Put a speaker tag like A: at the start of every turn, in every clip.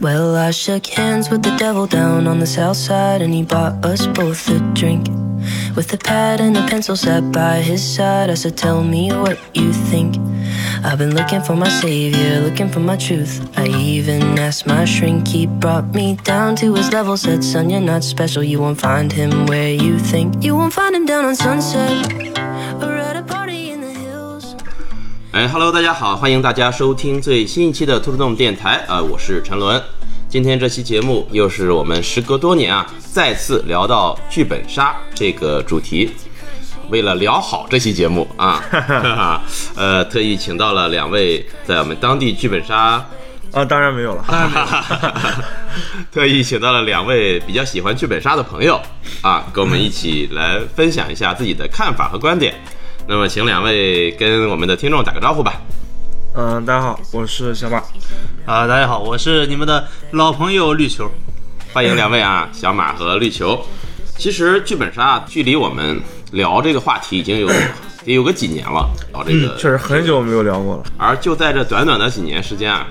A: Well, I shook hands with the devil down on the south side, and he bought us both a drink. With a pad and a pencil sat by his side, I said, Tell me what you think. I've been looking for my savior, looking for my truth. I even asked my shrink, he brought me down to his level. Said, Son, you're not special, you won't find him where you think. You won't find him down on sunset or at a party in the hills.
B: 哎，Hello，大家好，欢迎大家收听最新一期的兔子洞电台啊、我是陈伦。今天这期节目又是我们时隔多年啊，再次聊到剧本杀这个主题。为了聊好这期节目啊，呃，特意请到了两位在我们当地剧本杀，
C: 啊，当然没有了。
B: 特意请到了两位比较喜欢剧本杀的朋友啊，跟我们一起来分享一下自己的看法和观点。那么，请两位跟我们的听众打个招呼吧。
C: 嗯、大家好，我是小马。
D: 啊，大家好，我是你们的老朋友绿球。
B: 欢迎两位啊，小马和绿球。其实剧本杀距离我们聊这个话题已经有得有个几年了，聊这个。
C: 嗯确实很久没有聊过了。
B: 而就在这短短的几年时间啊，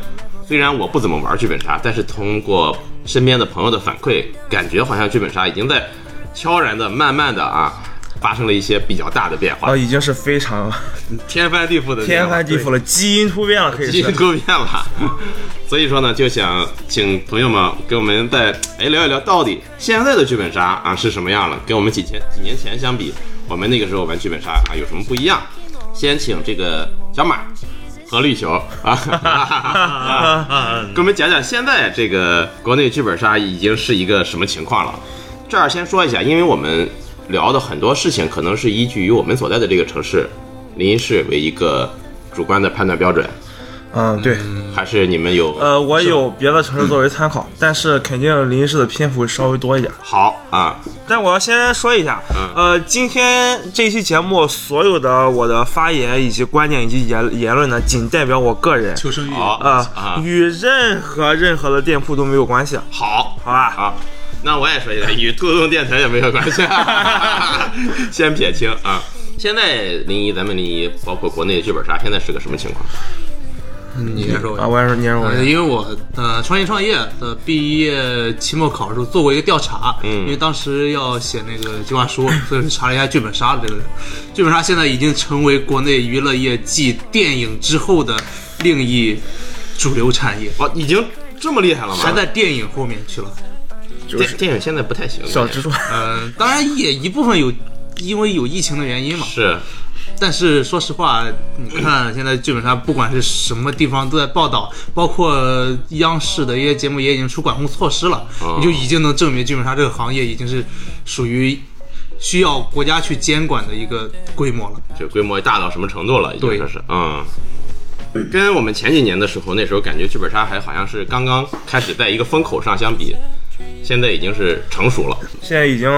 B: 虽然我不怎么玩剧本杀，但是通过身边的朋友的反馈，感觉好像剧本杀已经在悄然的、慢慢的啊，发生了一些比较大的变化
C: 啊，，已经是非常
B: 天翻地覆的
C: 天翻地覆了，基因突变了，可以
B: 基因
C: 是。
B: 突变了。 所以说呢，就想请朋友们跟我们再哎聊一聊，到底现在的剧本杀啊是什么样了？跟我们几千几年前相比，我们那个时候玩剧本杀啊有什么不一样？先请这个小马和绿球啊，
D: 啊，
B: 给我们讲讲现在这个国内剧本杀已经是一个什么情况了。这儿先说一下，因为我们聊的很多事情可能是依据于我们所在的这个城市临沂市为一个主观的判断标准，
C: 嗯，对。
B: 还是你们有
C: 呃，我有别的城市作为参考，但是肯定临时的篇幅稍微多一点。
B: 好啊，
C: 但我要先说一下，呃，今天这期节目所有的我的发言以及观点以及言言论呢，仅代表我个人。
D: 求生欲
B: 好
C: 啊、
B: 啊，
C: 与任何任何的店铺都没有关系，
B: 好
C: 好吧？
B: 啊，那我也说一下，与兔洞电台也没有关系， 先撇清啊。现在临沂，咱们临沂包括国内剧本杀，现在是个什么情况？
D: 你先说
C: 啊，
D: 吧。
C: 我也是，你也是我
D: 呃，
C: 也是。
D: 因为我呃创业创业的毕业期末考的时候做过一个调查，
B: 嗯
D: 因为当时要写那个计划书，所以查了一下剧本杀这个人。剧本杀现在已经成为国内娱乐业继电影之后的另一主流产业，
B: 哦，已经这么厉害了吗？
D: 排在电影后面去了。
B: 电电影现在不太行，
C: 小蜘蛛，
D: 嗯，当然也一部分有因为有疫情的原因嘛，
B: 是
D: 但是说实话，你看现在剧本杀不管是什么地方都在报道，包括央视的一些节目也已经出管控措施了，
B: 哦
D: 你就已经能证明剧本杀这个行业已经是属于需要国家去监管的一个规模了。
B: 就规模大到什么程度了？已经
D: 对
B: 说是嗯。跟我们前几年的时候，那时候感觉剧本杀还好像是刚刚开始在一个风口上相比，现在已经是成熟了。
C: 现在已经，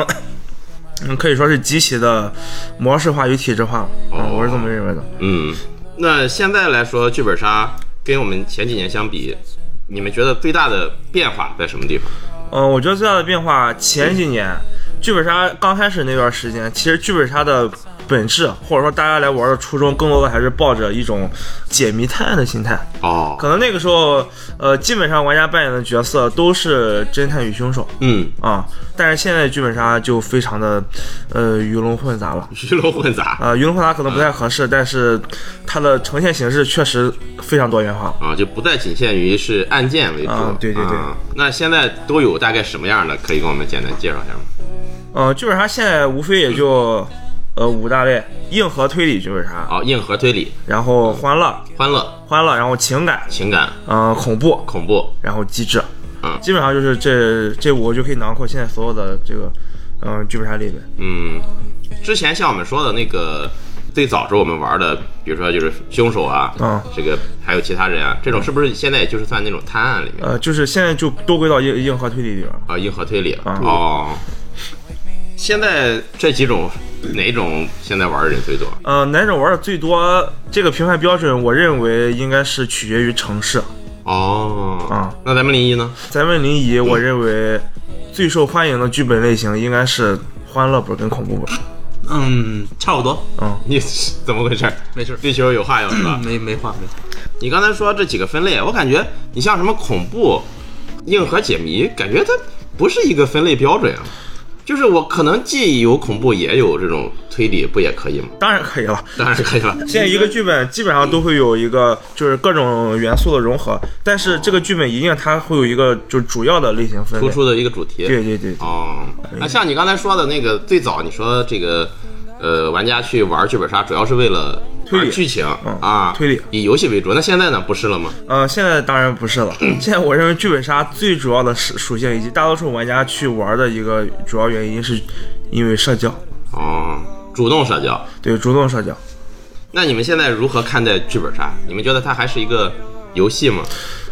C: 嗯，可以说是极其的模式化与体制化了。
B: 哦
C: 嗯，我是这么认为的。
B: 嗯，那现在来说，剧本杀跟我们前几年相比，你们觉得最大的变化在什么地方？
C: 嗯，我觉得最大的变化，前几年剧本杀刚开始那段时间，其实剧本杀的本质，或者说大家来玩的初衷，更多的还是抱着一种解谜探案的心态。
B: 哦，
C: 可能那个时候，呃，基本上玩家扮演的角色都是侦探与凶手
B: 嗯，
C: 啊、但是现在剧本杀就非常的，呃，鱼龙混杂了。
B: 鱼龙混杂
C: 啊、鱼龙混杂可能不太合适，但是它的呈现形式确实非常多元化。
B: 啊，就不再仅限于是案件为主。
C: 啊对对对
B: 啊那现在都有大概什么样的？可以给我们简单介绍一下吗？
C: 呃，剧本杀现在无非也就，呃，五大类：硬核推理剧本杀，
B: 好，哦硬核推理、
C: 然后欢乐，
B: 欢乐、
C: 欢乐，然后情感，
B: 情感、
C: 嗯、恐怖，
B: 恐怖。
C: 然后机制，
B: 嗯
C: 基本上就是这这五个就可以囊括现在所有的这个，嗯、剧本杀类别。
B: 嗯，之前像我们说的那个。最早时候我们玩的，比如说就是凶手啊，
C: 嗯
B: 这个还有其他人啊，这种是不是现在也就是算那种探案里面？
C: 呃，就是现在就都归到硬硬核推理里边了。
B: 啊，硬核推理了、
C: 啊
B: 哦。现在这几种哪种现在玩的人最多？
C: 呃，哪种玩的最多？这个评判标准，我认为应该是取决于城市。
B: 哦，
C: 啊
B: 那咱们临沂呢？
C: 咱们临沂，我认为最受欢迎的剧本类型应该是欢乐本跟恐怖本。
D: 嗯，差不多，
B: 你怎么回事？
D: 没事儿，嗯
B: 地球有话要说。
D: 没没话没话。
B: 你刚才说这几个分类，我感觉你像什么恐怖，硬核解谜，感觉它不是一个分类标准啊。就是我可能既有恐怖，也有这种推理，不也可以吗？
C: 当然可以了。
B: 当然可以了。
C: 现在一个剧本基本上都会有一个就是各种元素的融合，但是这个剧本一定它会有一个就是主要的类型分类
B: 突。出的一个主题。
C: 对对对对
B: 哦，那像你刚才说的那个，最早你说这个，呃，玩家去玩剧本杀主要是为了
C: 推理
B: 玩剧情、
C: 嗯
B: 啊，
C: 推理
B: 以游戏为主。那现在呢，不是了吗？
C: 呃，现在当然不是了。 现在我认为剧本杀最主要的属属性以及大多数玩家去玩的一个主要原因，是因为社交，
B: 哦，主动社交。
C: 对，主动社交。
B: 那你们现在如何看待剧本杀？你们觉得它还是一个游戏吗？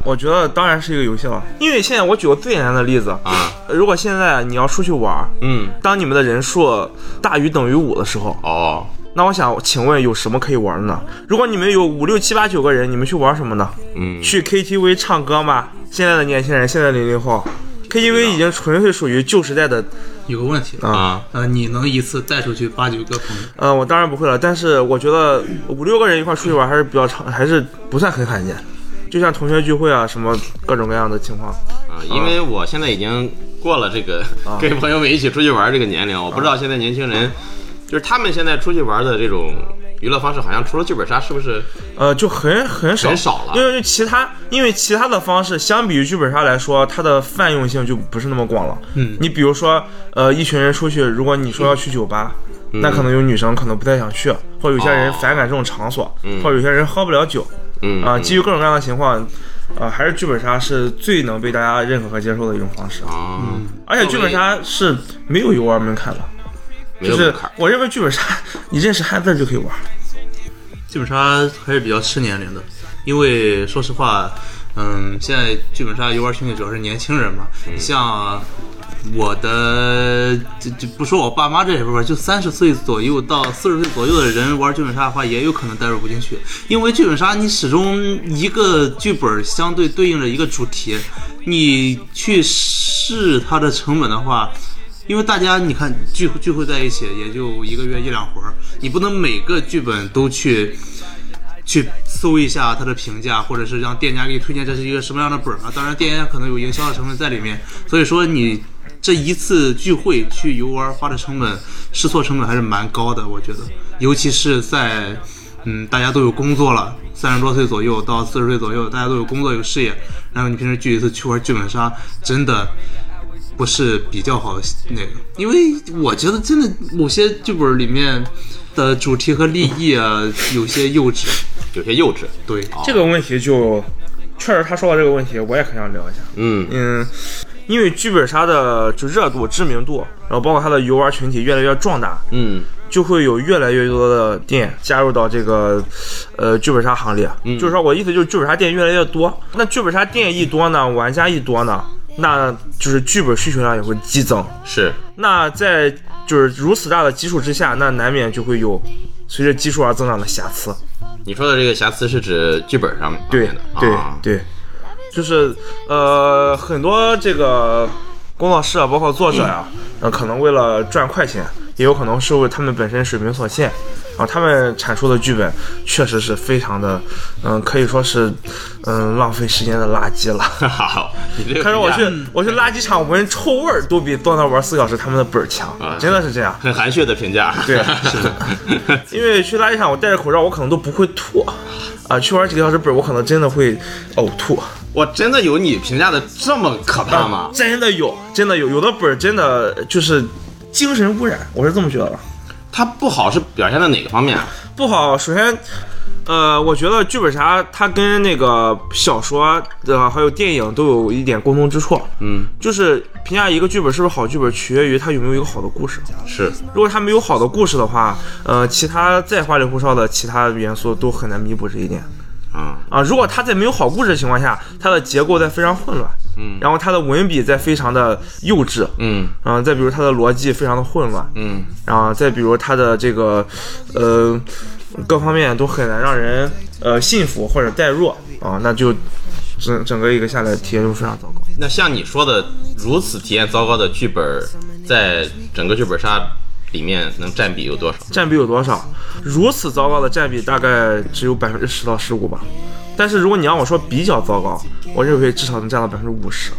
C: 我觉得当然是一个游戏了，因为现在我举个最简单的例子啊，
B: 啊，
C: 如果现在你要出去玩，
B: 嗯，
C: 当你们的人数大于等于五的时候，
B: 哦，
C: 那我想请问有什么可以玩的呢？如果你们有五六七八九个人，你们去玩什么呢？
B: 嗯，
C: 去 KTV 唱歌吗？现在的年轻人，现在零零后，KTV 已经纯粹属于旧时代的
D: 有个问题
C: 啊
B: 啊，
D: 呃，你能一次带出去八九个朋友？
C: 呃，我当然不会了，但是我觉得五六个人一块出去玩还是比较常，还是不算很罕见。就像同学聚会啊，什么各种各样的情况，
B: 啊，因为我现在已经过了这个、
C: 啊
B: 跟朋友们一起出去玩这个年龄，我不知道现在年轻人，就是他们现在出去玩的这种娱乐方式，好像除了剧本杀，是不是？
C: 呃，就很很少，
B: 很少了
C: 因为其他，因为其他的方式，相比于剧本杀来说，它的泛用性就不是那么广了。
D: 嗯
C: 你比如说，呃，一群人出去，如果你说要去酒吧，那可能有女生可能不太想去，或者有些
B: 嗯
C: 人
B: 哦
C: 反感这种场所，
B: 嗯
C: 或者有些人喝不了酒，
B: 嗯
C: 啊、
B: 嗯
C: 基于各种各样的情况，啊，还是剧本杀是最能被大家认可和接受的一种方式。
B: 啊，
C: 而且剧本杀是没有游玩门槛的，
B: 没
C: 就
B: 有
C: 是
B: 门槛儿。
C: 我认为剧本杀你认识汉字就可以玩。
D: 剧本杀还是比较吃年龄的，因为说实话，嗯，现在剧本杀游玩群体主要是年轻人嘛，像。我的就就不说我爸妈这一辈儿，就三十岁左右到四十岁左右的人玩剧本杀的话，也有可能代入不进去，因为剧本杀你始终一个剧本相对对应着一个主题，你去试它的成本的话，因为大家你看聚聚会在一起也就一个月一两回儿，你不能每个剧本都去去搜一下它的评价，或者是让店家给你推荐这是一个什么样的本儿啊。当然，店家可能有营销的成分在里面，所以说你这一次聚会去游玩花的成本、试错成本还是蛮高的，我觉得，尤其是在。嗯，大家都有工作了，三十多岁左右到四十岁左右，大家都有工作有事业，然后你平时聚一次去玩剧本杀，真的不是比较好的那个，因为我觉得真的某些剧本里面的主题和立意啊，有些幼稚。
B: 有些幼稚。
D: 对，
C: 这个问题就确实他说到这个问题，我也很想聊一下。
B: 嗯
C: 嗯，因为剧本杀的就热度、知名度，然后包括它的游玩群体越来越壮大，
B: 嗯
C: 就会有越来越多的店加入到这个呃剧本杀行列。就是说我的意思就是剧本杀店越来越多，那剧本杀店一多呢，玩家一多呢，那就是剧本需求量也会激增。
B: 是
C: 那在就是如此大的基数之下，那难免就会有随着基数而增长的瑕疵。
B: 你说的这个瑕疵是指剧本上面
C: 对
B: 的
C: 对
B: 啊
C: 对，就是呃，很多这个工作室啊，包括作者呀、呃，可能为了赚快钱，也有可能是为他们本身水平所限，然后他们产出的剧本确实是非常的，嗯、可以说是，嗯、浪费时间的垃圾了。
B: 好，你这个
C: 他说我
B: 评
C: 去
B: 价
C: 我去垃圾场闻臭味儿，都比坐那玩四小时他们的本儿强
B: 啊，
C: 真的是这样。
B: 很含蓄的评价，
C: 对 是
B: 的，
C: 因为去垃圾场，我戴着口罩，我可能都不会吐，啊、去玩几个小时本儿，我可能真的会呕吐。
B: 我真的有你评价的这么可怕吗？
C: 真的有，真的有，有的本儿真的就是精神污染，我是这么觉得的。
B: 它不好是表现在哪个方面啊？
C: 不好，首先，呃，我觉得剧本杀它跟那个小说呃还有电影都有一点共同之处，啊
B: 嗯，
C: 就是评价一个剧本是不是好剧本，取决于它有没有一个好的故事。
B: 是
C: 如果它没有好的故事的话，呃，其他再花里胡哨的其他元素都很难弥补这一点。
B: 啊，
C: 啊，如果它在没有好故事的情况下，它的结构在非常混乱，
B: 嗯
C: 然后它的文笔在非常的幼稚，
B: 嗯
C: 然后再比如它的逻辑非常的混乱，
B: 嗯
C: 然后再比如它的这个，呃，各方面都很难让人呃信服或者代入啊，那就整整个一个下来体验就非常糟糕。
B: 那像你说的如此体验糟糕的剧本，在整个剧本杀里面能占比有多少？
C: 占比有多少？如此糟糕的占比大概只有百分之十到十五吧，但是如果你让我说比较糟糕，我认为至少能占到百分之五十。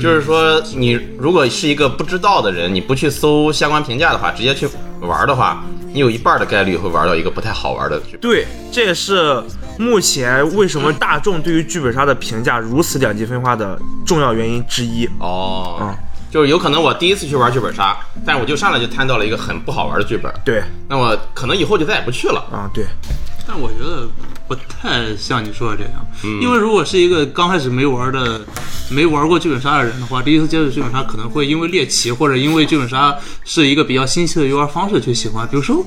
B: 就是说，你如果是一个不知道的人，你不去搜相关评价的话，直接去玩的话，你有一半的概率会玩到一个不太好玩的剧本。
C: 对，这也是目前为什么大众对于剧本杀的评价如此两极分化的重要原因之一。
B: 哦，
C: 嗯
B: 就是有可能我第一次去玩剧本杀，但是我就上来就摊到了一个很不好玩的剧本，
C: 对，
B: 那我可能以后就再也不去了。
C: 啊、对，
D: 但我觉得不太像你说的这样，因为如果是一个刚开始没玩的、没玩过剧本杀的人的话，第一次接触剧本杀可能会因为猎奇或者因为剧本杀是一个比较新奇的游玩方式去喜欢。比如说，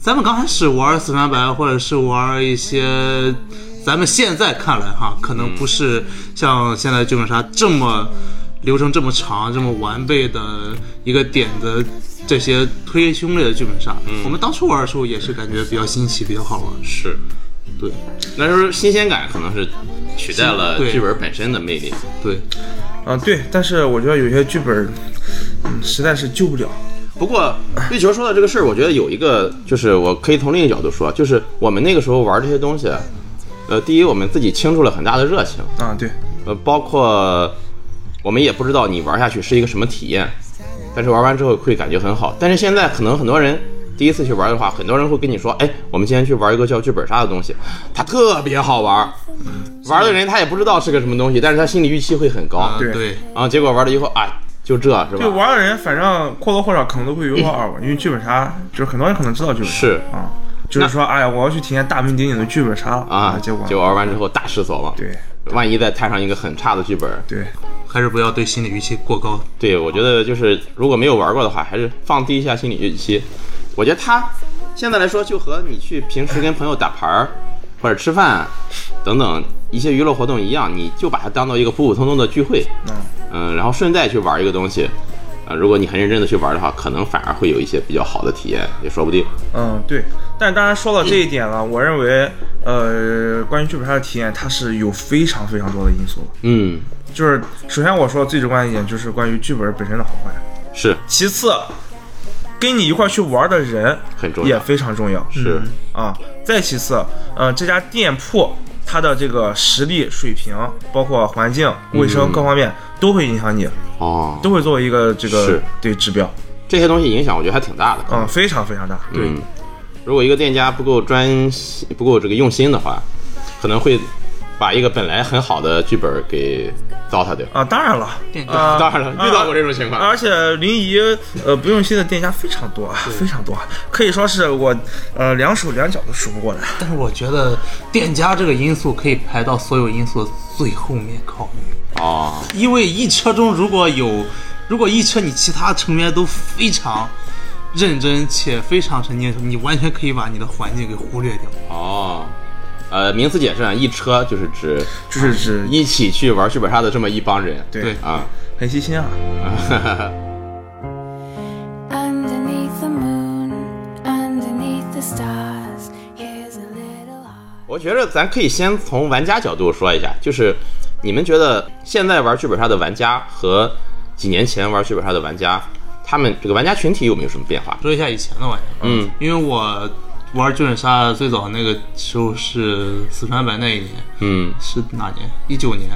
D: 咱们刚开始玩死三白，或者是玩一些。咱们现在看来哈，可能不是像现在剧本杀这么流程这么长、这么完备的一个点的这些推凶类的剧本杀。我们当初玩的时候也是感觉比较新奇、比较好玩。
B: 是，
D: 对
B: 那时候新鲜感可能是取代了
D: 对
B: 剧本本身的魅力。
D: 对，
C: 啊、对，但是我觉得有些剧本，嗯，实在是救不了。
B: 不过月球说到这个事儿，我觉得有一个，就是我可以从另一个角度说，就是我们那个时候玩这些东西，呃，第一我们自己倾注了很大的热情，
C: 啊、对，
B: 呃，包括我们也不知道你玩下去是一个什么体验，但是玩完之后会感觉很好。但是现在可能很多人第一次去玩的话，很多人会跟你说，哎，我们今天去玩一个叫剧本杀的东西，它特别好玩，玩的人他也不知道是个什么东西，但是他心理预期会很高
D: 啊，
C: 对
D: 对
B: 啊，结果玩了以后，哎，就这是
C: 对，
B: 吧？
C: 玩的人反正或多或少可能都会有所耳闻，因为剧本杀就是很多人可能知道剧本杀
B: 是
C: 啊、就是说，哎呀，我要去体验大名鼎鼎的剧本杀了
B: 啊，
C: 结果
B: 就玩完之后大失所望，
C: 对
B: 万一再摊上一个很差的剧本，
C: 对
D: 还是不要对心理预期过高。
B: 对，我觉得就是如果没有玩过的话，还是放低一下心理预期。我觉得它现在来说，就和你去平时跟朋友打牌儿或者吃饭等等一些娱乐活动一样，你就把它当做一个普普通通的聚会，
C: 嗯
B: 嗯，然后顺带去玩一个东西。啊、如果你很认真的去玩的话，可能反而会有一些比较好的体验，也说不定。
C: 嗯，对。但当然说到这一点了，我认为，呃，关于剧本杀的体验，它是有非常非常多的因素的。
B: 嗯，
C: 就是首先我说最直观的一点，就是关于剧本本身的好坏。
B: 是
C: 其次，跟你一块去玩的人
B: 很重
C: 也
B: 要，
C: 非常重要
B: 是
C: 啊。再其次，呃，这家店铺它的这个实力水平，包括环境、卫生各方面，都会影响你，
B: 哦，
C: 都会作为一个这个
B: 是
C: 对指标，
B: 这些东西影响我觉得还挺大的。
C: 嗯，非常非常大。对，
B: 嗯，如果一个店家不够专心、不够这个用心的话，可能会把一个本来很好的剧本给糟蹋掉。
C: 啊，当然了，
D: 店
C: 啊，
B: 当然了，遇到过这种情况。
C: 而且临沂呃不用心的店家非常多，啊，非常多，可以说是我呃两手两脚都数不过来。
D: 但是我觉得店家这个因素可以排到所有因素的最后面考虑，
B: 哦，
D: 因为一车中如果有，如果一车你其他成员都非常认真且非常沉浸的时候，你完全可以把你的环境给忽略掉。
B: 哦，呃，名词解释啊，一车就是指
C: 就是指
B: 一起去玩剧本杀的这么一帮人。
C: 对
D: 对
B: 啊，
C: 很细心啊，
E: Underneath the moon, underneath the stars, here's a little heart.
B: 我觉着咱可以先从玩家角度说一下，就是你们觉得现在玩剧本杀的玩家和几年前玩剧本杀的玩家，他们这个玩家群体有没有什么变化？
D: 说一下以前的玩意儿，啊
B: 嗯，
D: 因为我玩剧本杀最早那个时候是四川白那一年，
B: 嗯，
D: 是哪年？一九年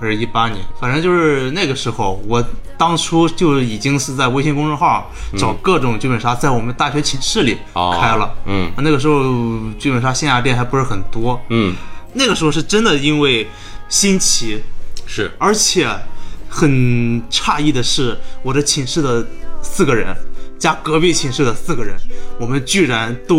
D: 还是一八年？反正就是那个时候，我当初就已经是在微信公众号找各种剧本杀，在我们大学寝室里
B: 哦
D: 开了。
B: 嗯
D: 那个时候剧本杀线下店还不是很多，
B: 嗯，
D: 那个时候是真的因为新奇，
B: 是
D: 而且很诧异的是，我的寝室的四个人加隔壁寝室的四个人，我们居然都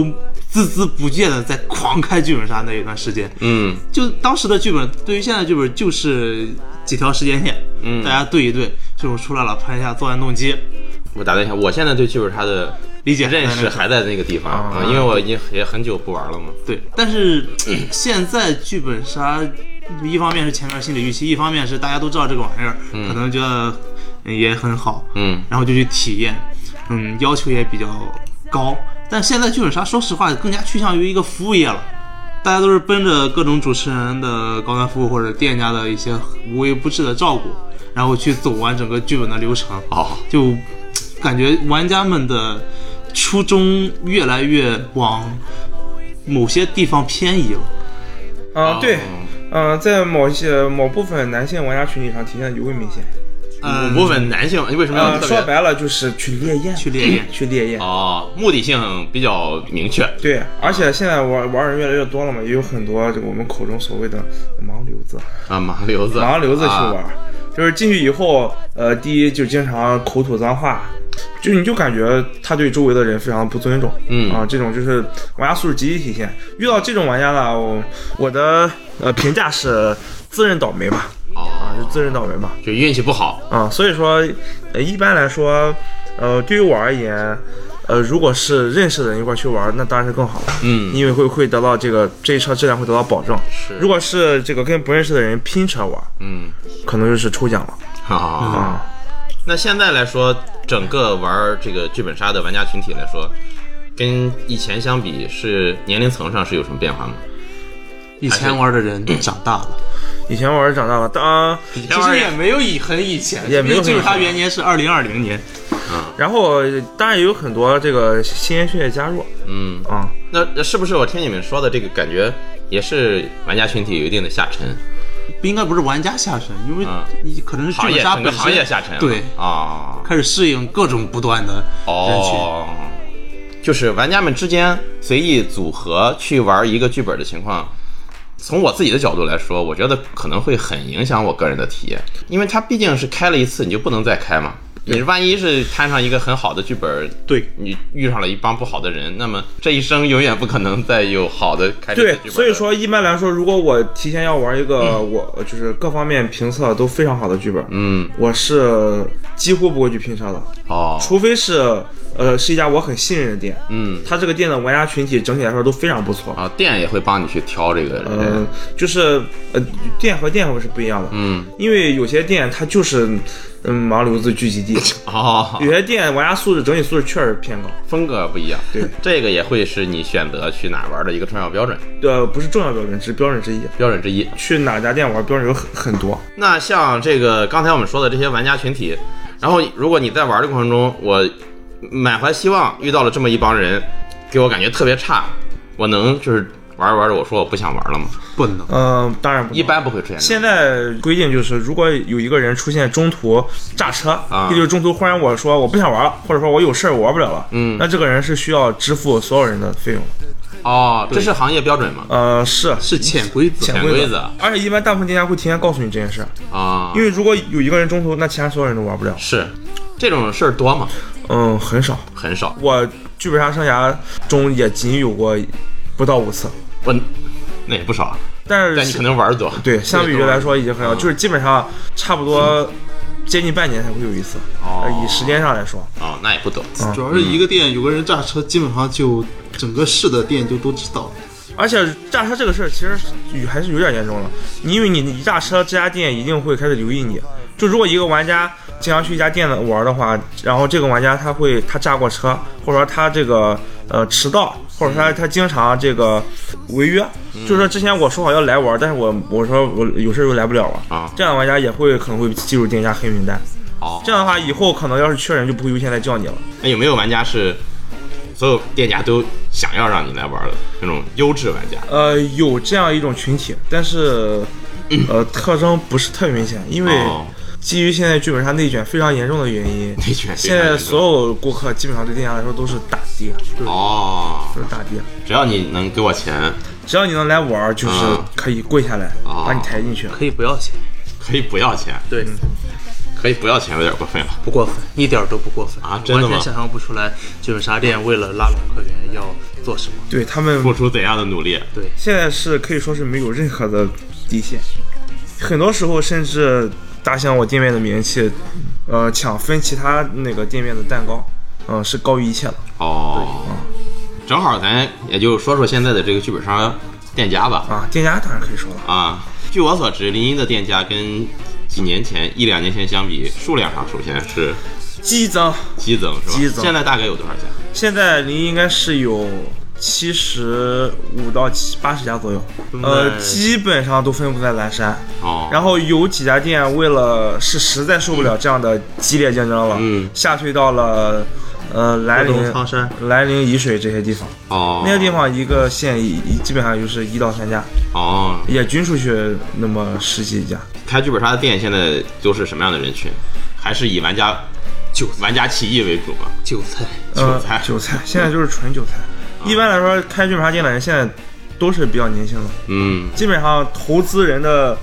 D: 孜孜不倦的在狂开剧本杀那一段时间。
B: 嗯，
D: 就当时的剧本，对于现在的剧本就是几条时间线，嗯，大家对一对，就是出来了拍一下作案动机，
B: 我打断一下，我现在对剧本杀的
D: 理解
B: 认识还在那个地方啊，因为我已经也很久不玩了嘛。
D: 对，但是现在剧本杀，一方面是前面心理预期，一方面是大家都知道这个玩意儿，可能觉得嗯也很好，
B: 嗯
D: 然后就去体验，嗯，要求也比较高。但现在剧本杀，说实话，更加趋向于一个服务业了。大家都是奔着各种主持人的高端服务或者店家的一些无微不至的照顾，然后去走完整个剧本的流程。
B: 哦，
D: 就感觉玩家们的初衷越来越往某些地方偏移了。
C: 啊、
B: 哦
C: 对，嗯、在某一些某部分男性玩家群体上体现的尤为明显。
B: 我
D: 嗯，
B: 不问男性，你为什么要
C: 呃，
B: 啊特
C: 说
B: 别？
C: 白了就是去烈焰，
D: 去烈焰
C: 去烈焰。
B: 哦，目的性比较明确。
C: 对，而且现在玩玩人越来越多了嘛，也有很多这个我们口中所谓的盲流子，
B: 啊，盲流子，
C: 盲流子去玩，
B: 啊
C: 就是进去以后，呃，第一就经常口吐脏话，就你就感觉他对周围的人非常不尊重，
B: 嗯
C: 啊，这种就是玩家素质极其体现。遇到这种玩家呢，我我的呃评价是自认倒霉吧，啊，
B: 哦，
C: 就自认倒霉吧，
B: 就运气不好。
C: 啊，所以说，呃，一般来说，呃，对于我而言，呃，如果是认识的人一块儿去玩儿，那当然是更好了，
B: 嗯
C: 因为会会得到这个这一车质量会得到保证。
B: 是
C: 如果是这个跟不认识的人拼车玩儿，
B: 嗯，
C: 可能就是抽奖了
B: 啊，
C: 啊。
B: 那现在来说，整个玩这个剧本杀的玩家群体来说，跟以前相比，是年龄层上是有什么变化吗？
D: 以前玩的人长大了，
C: 以前玩儿长大了，当
D: 其实也没有以很以前，
C: 也没有很以前
D: 因为就是他元年是二零二零年，
C: 然后当然也有很多这个新鲜血液加入
B: 嗯，
C: 啊。
B: 那是不是我听你们说的这个感觉，也是玩家群体有一定的下沉？
D: 不应该不是玩家下沉，因为
B: 嗯
D: 你可能是剧
B: 行
D: 本
B: 业
D: 杀
B: 整
D: 本
B: 个
D: 身
B: 行业下沉了
D: 对，
B: 啊
D: 开始适应各种不断的人群。
B: 哦，就是玩家们之间随意组合去玩一个剧本的情况。从我自己的角度来说，我觉得可能会很影响我个人的体验，因为它毕竟是开了一次，你就不能再开嘛。你万一是摊上一个很好的剧本，
D: 对
B: 你遇上了一帮不好的人，那么这一生永远不可能再有好的开始的
C: 对
B: 剧本，了。
C: 所以说一般来说，如果我提前要玩一个、我就是各方面评测都非常好的剧本，
B: 嗯，
C: 我是几乎不会去拼车的。
B: 哦，
C: 除非是呃是一家我很信任的店，
B: 嗯，
C: 它这个店的玩家群体整体来说都非常不错。
B: 啊，店也会帮你去挑这个
C: 嗯、
B: 人，
C: 就是呃店和店是不一样的，
B: 嗯，
C: 因为有些店它就是嗯盲流子聚 集地，
B: 哦，
C: 有些店玩家素质整体素质确实偏高。
B: 风格不一样，
C: 对，
B: 这个也会是你选择去哪玩的一个重要标准
C: 呃，不是重要标准，只是标准之一。
B: 标准之一。
C: 去哪家店玩标准有很很多，
B: 那像这个刚才我们说的这些玩家群体，然后如果你在玩的过程中，我满怀希望遇到了这么一帮人，给我感觉特别差，我能就是玩着玩着我说我不想玩了吗？
D: 不能，
C: 嗯、当然不
B: 一。般不会出现这
C: 现
B: 种。
C: 在规定就是，如果有一个人出现中途炸车，
B: 啊
C: 也就是中途忽然我说我不想玩了，或者说我有事儿我玩不了了，
B: 嗯
C: 那这个人是需要支付所有人的费用的。
B: 哦，这是行业标准吗？
C: 呃，是
D: 是潜规则。
B: 潜
C: 潜
B: 规
C: 规
B: 则
C: 而且一般大部分店家会提前告诉你这件事，
B: 啊
C: 因，为如果有一个人中途，那其他所有人都玩不了。
B: 是这种事儿多吗？
C: 嗯，很少。
B: 很少。
C: 我剧本杀生涯中也仅有过不到五次，
B: 我那也不少，啊
C: 但
B: 但你
C: 是
B: 可能玩的多。
C: 对相比于来说已经很少，
B: 嗯
C: 就是基本上差不多接近半年才会有一次。
B: 哦
C: 呃以时间上来说，
B: 哦，那也不多。
D: 主要是一个店有个人炸车，基本上就整个市的店就都知道了。
C: 而且炸车这个事儿其实有还是有点严重了，你因为你一炸车，这家店一定会开始留意你。就如果一个玩家经常去一家店的玩的话，然后这个玩家他会他炸过车，或者说他这个呃迟到，或者说他他经常这个违约，
B: 嗯
C: 就是说之前我说好要来玩，但是我我说我有事儿又来不了了
B: 啊
C: 这样的玩家也会可能会记入店家黑名单。
B: 哦，
C: 这样的话，以后可能要是缺人就不会优先来叫你了。
B: 那有没有玩家是所有店家都想要让你来玩的那种优质玩家？
C: 呃，有这样一种群体，但是，呃，特征不是特别明显，因为
B: 嗯哦
C: 基于现在剧本杀内卷非常严重的原因，
B: 内卷非常
C: 现
B: 严重
C: 在所有顾客基本上对店家来说都是大跌，
B: 哦，
C: 都是大跌。
B: 只要你能给我钱，
C: 只要你能来玩儿，就是
B: 嗯
C: 可以跪下来、
B: 哦
C: 把你抬进去。
D: 可以不要钱，
B: 可以不要钱，
D: 对，
B: 可以不要钱，有点过分了。
D: 不过分，一点儿都不过分
B: 啊真的吗
D: 完全想象不出来剧本杀店为了拉拢客源要做什么。
C: 对他们
B: 付出怎样的努力？
D: 对，
C: 现在是可以说是没有任何的底线，很多时候甚至打响我店面的名气，呃，抢分其他那个店面的蛋糕，嗯、是高于一切的。
B: 哦，正好咱也就说说现在的这个剧本杀店家吧。
C: 啊，店家当然可以说了。
B: 啊，据我所知，临沂的店家跟几年前、一两年前相比，数量上首先是
C: 激增，
B: 激增，是吧？
C: 激增
B: 现在大概有多少家？
C: 现在您应该是有七十五到七八十家左右，呃，
B: 嗯
C: 基本上都分布在蓝山。
B: 哦，
C: 然后有几家店为了是实在受不了这样的激烈竞争了，
B: 嗯
C: 下退到了呃，
D: 各
C: 兰
D: 种
C: 陵、
D: 苍山，
C: 兰陵、沂水这些地方，
B: 哦，
C: 那些地方一个县一一基本上就是一到三家，
B: 哦，
C: 也均出去那么十几家。
B: 开剧本杀的店现在都是什么样的人群？还是以玩家
D: 韭
B: 玩家起义为主吗？
D: 韭菜，
C: 呃
B: 韭菜，哦
C: 韭菜，现在就是纯韭菜。一般来说，开剧本杀店的人现在都是比较年轻的，
B: 嗯，
C: 基本上投资人的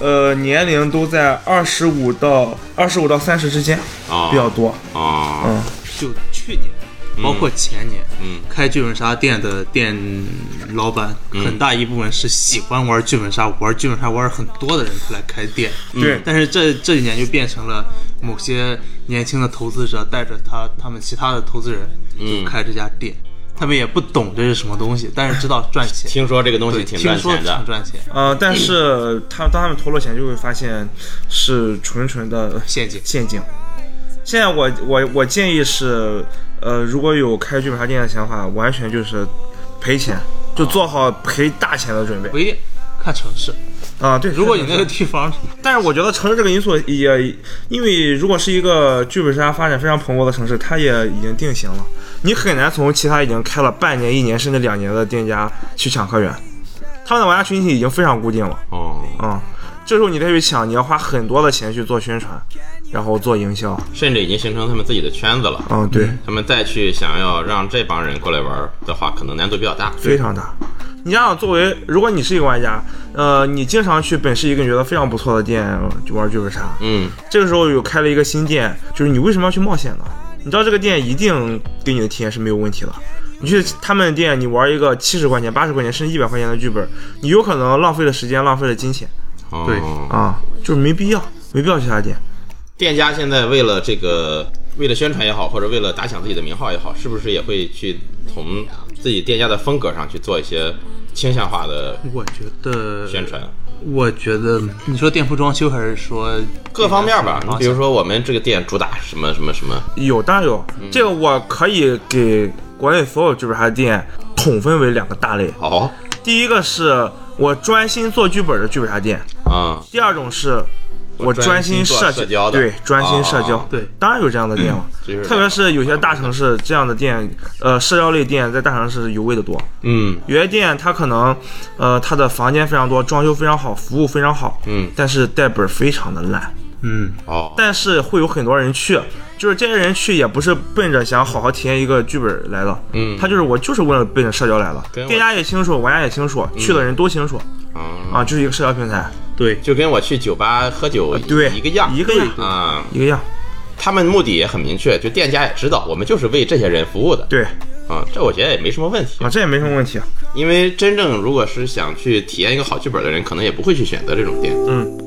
C: 呃年龄都在二十五到二十五到三十之间
B: 哦，
C: 比较多。
B: 哦，
C: 嗯，
D: 就去年，包括前年，
B: 嗯
D: 开剧本杀店的店老板，
B: 嗯
D: 很大一部分是喜欢玩剧本杀、玩剧本杀玩很多的人来开店。
B: 嗯
C: 对
D: 但是这这几年就变成了某些年轻的投资者带着他他们其他的投资人
B: 嗯
D: 就开这家店，他们也不懂这是什么东西，但是知道赚钱。
B: 听说这个东
D: 对，
B: 西挺赚
D: 听说
B: 钱
D: 挺
B: 的，
D: 赚钱，
C: 呃，但是他当他们投了钱，就会发现是纯纯的
D: 陷阱
C: 陷阱。现在我我我建议是，呃，如果有开剧本杀店的想法，完全就是赔钱，就做好赔大钱的准备
D: 不一定看城市。
C: 啊。对，
D: 如果
C: 是
D: 你
C: 的
D: 那
C: 是
D: 个
C: 的
D: 地方
C: 但是我觉得城市这个因素也，因为如果是一个剧本杀发展非常蓬勃的城市，它也已经定型了，你很难从其他已经开了半年、一年甚至两年的店家去抢客源，他们的玩家群体已经非常固定了
B: 哦，
C: 啊、这时候你再去抢，你要花很多的钱去做宣传，然后做营销。
B: 甚至已经形成他们自己的圈子了。
C: 嗯，对，
B: 他们再去想要让这帮人过来玩的话，可能难度比较大。
C: 非常大。你想想，作为如果你是一个玩家，呃，你经常去本市一个你觉得非常不错的店就玩剧本杀，
B: 嗯，
C: 这个时候有开了一个新店，就是你为什么要去冒险呢？你知道这个店一定给你的体验是没有问题的。你去他们的店，你玩一个七十块钱、八十块钱甚至一百块钱的剧本，你有可能浪费了时间、浪费了金钱
B: 哦
D: 对
C: 啊，就是没必要，没必要去他店。
B: 店家现在为了这个，为了宣传也好，或者为了打响自己的名号也好，是不是也会去从自己店家的风格上去做一些倾向化的
D: 我觉得
B: 宣传？
D: 我觉得你说店铺装修还是说
B: 各方面吧，你
D: 方
B: 比如说我们这个店主打什么什么什么，
C: 有，当然有，这个我可以给国内所有剧本杀店统分为两个大类。
B: 哦，
C: 第一个是我专心做剧本的剧本杀店，
B: 啊、
C: 第二种是我专心社
B: 我专心做社交的
C: 对，专心社交，
B: 啊嗯
D: 对
C: 当然有这样的店了，
B: 就是
C: 特别是有些大城市这样的店，呃，社交类店在大城市尤为的多。
B: 嗯
C: 有些店它可能，呃，它的房间非常多，装修非常好，服务非常好，
B: 嗯，
C: 但是带本儿非常的烂，
D: 嗯，
B: 哦，
C: 但是会有很多人去，就是这些人去也不是奔着想好好体验一个剧本来的，
B: 嗯
C: 他就是我就是为了奔着社交来的
B: 跟，我
C: 店家也清楚，玩家也清楚，去的人都清楚，
B: 啊、
C: 啊，就是一个社交平台，
D: 啊对，
B: 就跟我去酒吧喝酒
C: 对，
B: 一个样，
C: 一个样，
B: 啊、
C: 一个样，
B: 他们目的也很明确，就店家也知道，我们就是为这些人服务的。
C: 对，
B: 啊、这我觉得也没什么问题
C: 啊，，这也没什么问题，
B: 因为真正如果是想去体验一个好剧本的人，可能也不会去选择这种店。
C: 嗯，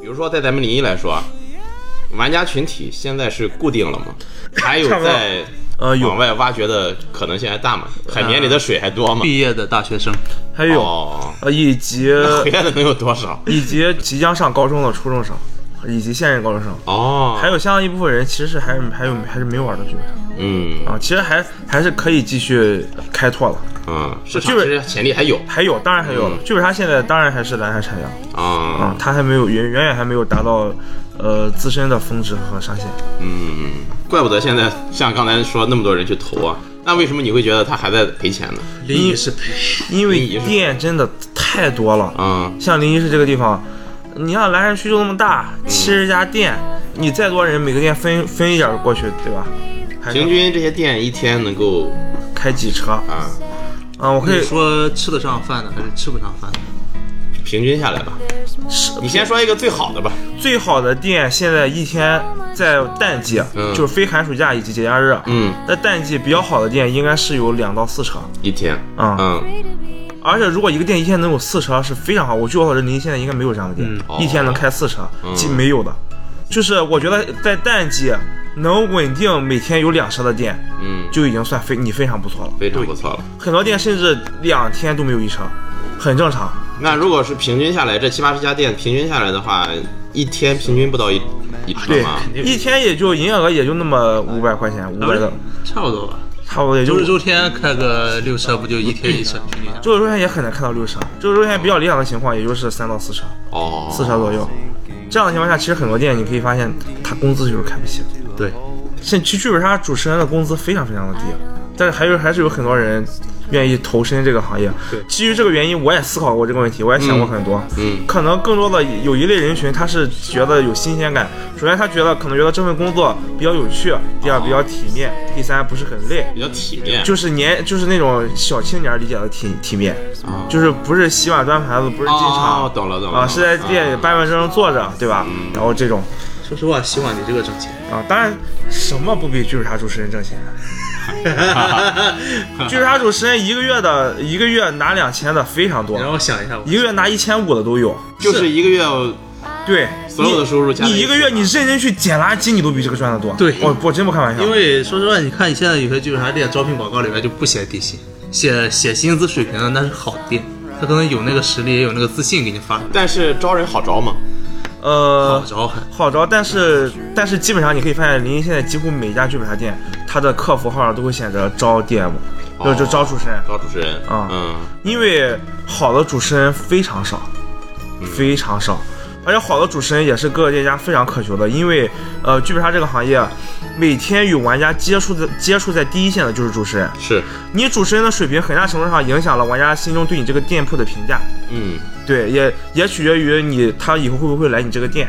B: 比如说在咱们临沂来说，啊玩家群体现在是固定了 吗？还有
C: 差不多
B: 在
C: 呃，有
B: 往外挖掘的可能性还大吗？海绵里的水还多吗？
D: 毕业的大学生，
C: 还有，
B: 哦，
C: 呃，以及
B: 回来的能有多少？
C: 以及即将上高中的初中生，以及现任高中生，
B: 哦，
C: 还有相当一部分人其实是还是还有还是没玩到剧本杀
B: 嗯
C: 啊，其实还还是可以继续开拓的，
B: 嗯，市场
C: 剧
B: 其
C: 本
B: 实潜力还有
C: 还有当然还有了
B: 嗯
C: 剧本杀现在当然还是蓝海产业了啊
B: 啊，，
C: 它还没有远远远还没有达到呃自身的峰值和上限，
B: 嗯，怪不得现在像刚才说那么多人去投啊，那为什么你会觉得他还在赔钱呢？
D: 临沂是赔，
C: 因为
B: 临沂是
C: 店真的太多了，
B: 啊，
C: 像临沂市这个地方，你像蓝山区就那么大，七十家店，你再多人每个店分分一点儿过去，对吧？还
B: 平
C: 能
B: 均这些店一天能够
C: 开几车
B: 啊，
C: 啊？我可
D: 你
C: 以
D: 说吃得上饭的还是吃不上饭的？
B: 平均下来吧。你先说一个最好的吧。
C: 最好的店现在一天在淡季，啊
B: 嗯
C: 就是非寒暑假以及节假日，
B: 嗯，
C: 在淡季比较好的店应该是有两到四车，
B: 一天。
C: 啊
B: 嗯，
C: 而且如果一个店一天能有四车是非常好。我据我所知，临沂现在应该没有这样的店，
B: 哦
C: 一天能开四车，
B: 嗯
C: 即没有的。就是我觉得在淡季能稳定每天有两车的店，
B: 嗯，
C: 就已经算非你非常不错了。
B: 非常不错了。
C: 很多店甚至两天都没有一车，很正常。
B: 那如果是平均下来，这七八十家店平均下来的话，一天平均不到一一车
C: 对
B: 吗？，
C: 一天也就营业额也就那么五百块钱，五百
D: 不是
C: 的
D: 差不多吧？
C: 差不多也啊就
D: 周日周天开个六车，不就一天一车平均下来？
C: 周日周天也很难看到六车，周日周天比较理想的情况也就是三到四车，
B: 哦，
C: 四车左右。这样的情况下，其实很多店你可以发现，他工资就是开不起的。
D: 对，
C: 现其实剧本杀主持人的工资非常非常的低，啊但是还有还是有很多人愿意投身这个行业。啊
D: 对
C: 基于这个原因，我也思考过这个问题，我也想过很多。
B: 嗯，
C: 可能更多的有一类人群，他是觉得有新鲜感。首先，他觉得可能觉得这份工作比较有趣；第二，比较体面；第三，不是很累。
B: 比较体面，
C: 就是年，就是那种小青年理解的体体面，
B: 啊
C: 就是不是洗碗端盘子，不是进
B: 哦嗯
C: 厂
B: 懂了懂了
C: 啊，是在店里板板正正坐着，对吧？然后这种
D: 说实话，洗碗比这个挣钱。
C: 啊，当然什么不比剧本杀主持人挣钱啊？剧本杀主持人一个月的一个月拿两千的非常多
D: 你，让我想一下，我
C: 一个月拿一千五的都有。
B: 就是一个月
C: 对，
B: 所有的
C: 你
B: 收入加在
C: 你
B: 一起
C: 一个月你认真去捡垃圾，你都比这个赚的多。
D: 对
C: 我我真不开玩笑，
D: 因为说实话，你看你现在有些剧本杀店招聘广告里面就不写底薪，写写薪资水平的那是好店，他可能有那个实力，也有那个自信给你发出来。
B: 但是招人好招吗？
C: 呃
D: 好，招很，
C: 好招，但是但是基本上你可以发现，临沂现在几乎每一家剧本杀店，它的客服号上都会显着招 DM，就、
B: 哦
C: 就招主持人，
B: 招主持人，
C: 啊
B: 嗯，
C: 因为好的主持人非常少，非常少，而且好的主持人也是各个店家非常渴求的，因为呃剧本杀这个行业，每天与玩家接触的接触在第一线的就是主持人，
B: 是，
C: 你主持人的水平很大程度上影响了玩家心中对你这个店铺的评价，
B: 嗯，
C: 对，也也取决于你他以后会不会来你这个店。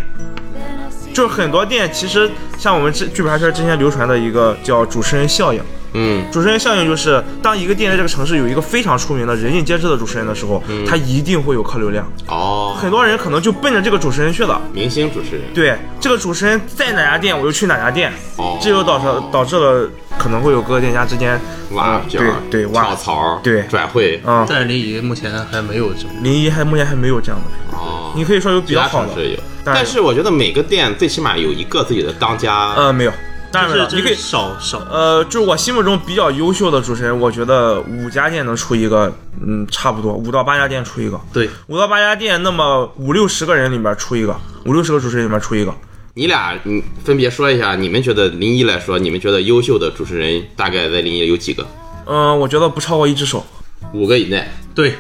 C: 就是很多店，其实像我们这剧本杀圈之前流传的一个叫主持人效应。
B: 嗯，
C: 主持人效应就是，当一个店在这个城市有一个非常出名的、人尽皆知的主持人的时候，
B: 嗯
C: 他一定会有客流量。
B: 哦，
C: 很多人可能就奔着这个主持人去了。
B: 明星主持人，
C: 对，这个主持人在哪家店，我就去哪家店。
B: 哦，
C: 这就导致导致了可能会有各个店家之间
B: 挖
C: 呃
B: 角，
C: 对对挖
B: 跳槽，
C: 对
B: 转会，
C: 啊。
D: 但是临沂目前还没有这么。
C: 临沂还目前还没有这样的，
B: 哦，
C: 你可以说有比
B: 其
C: 较
B: 他
C: 好
B: 城
C: 的，
B: 市有，
C: 当然
B: 但是我觉得每个店最起码有一个自己的当家，
C: 呃，没有，当然没有
D: 是，
C: 你可以
D: 少少，
C: 呃，就是我心目中比较优秀的主持人，我觉得五家店能出一个，嗯，差不多五到八家店出一个，
D: 对，
C: 五到八家店，那么五六十个人里面出一个，五六十个主持人里面出一个。
B: 你俩，你分别说一下，你们觉得临沂来说，你们觉得优秀的主持人大概在临沂有几个？
C: 嗯、我觉得不超过一只手。
B: 五个以内，
D: 对，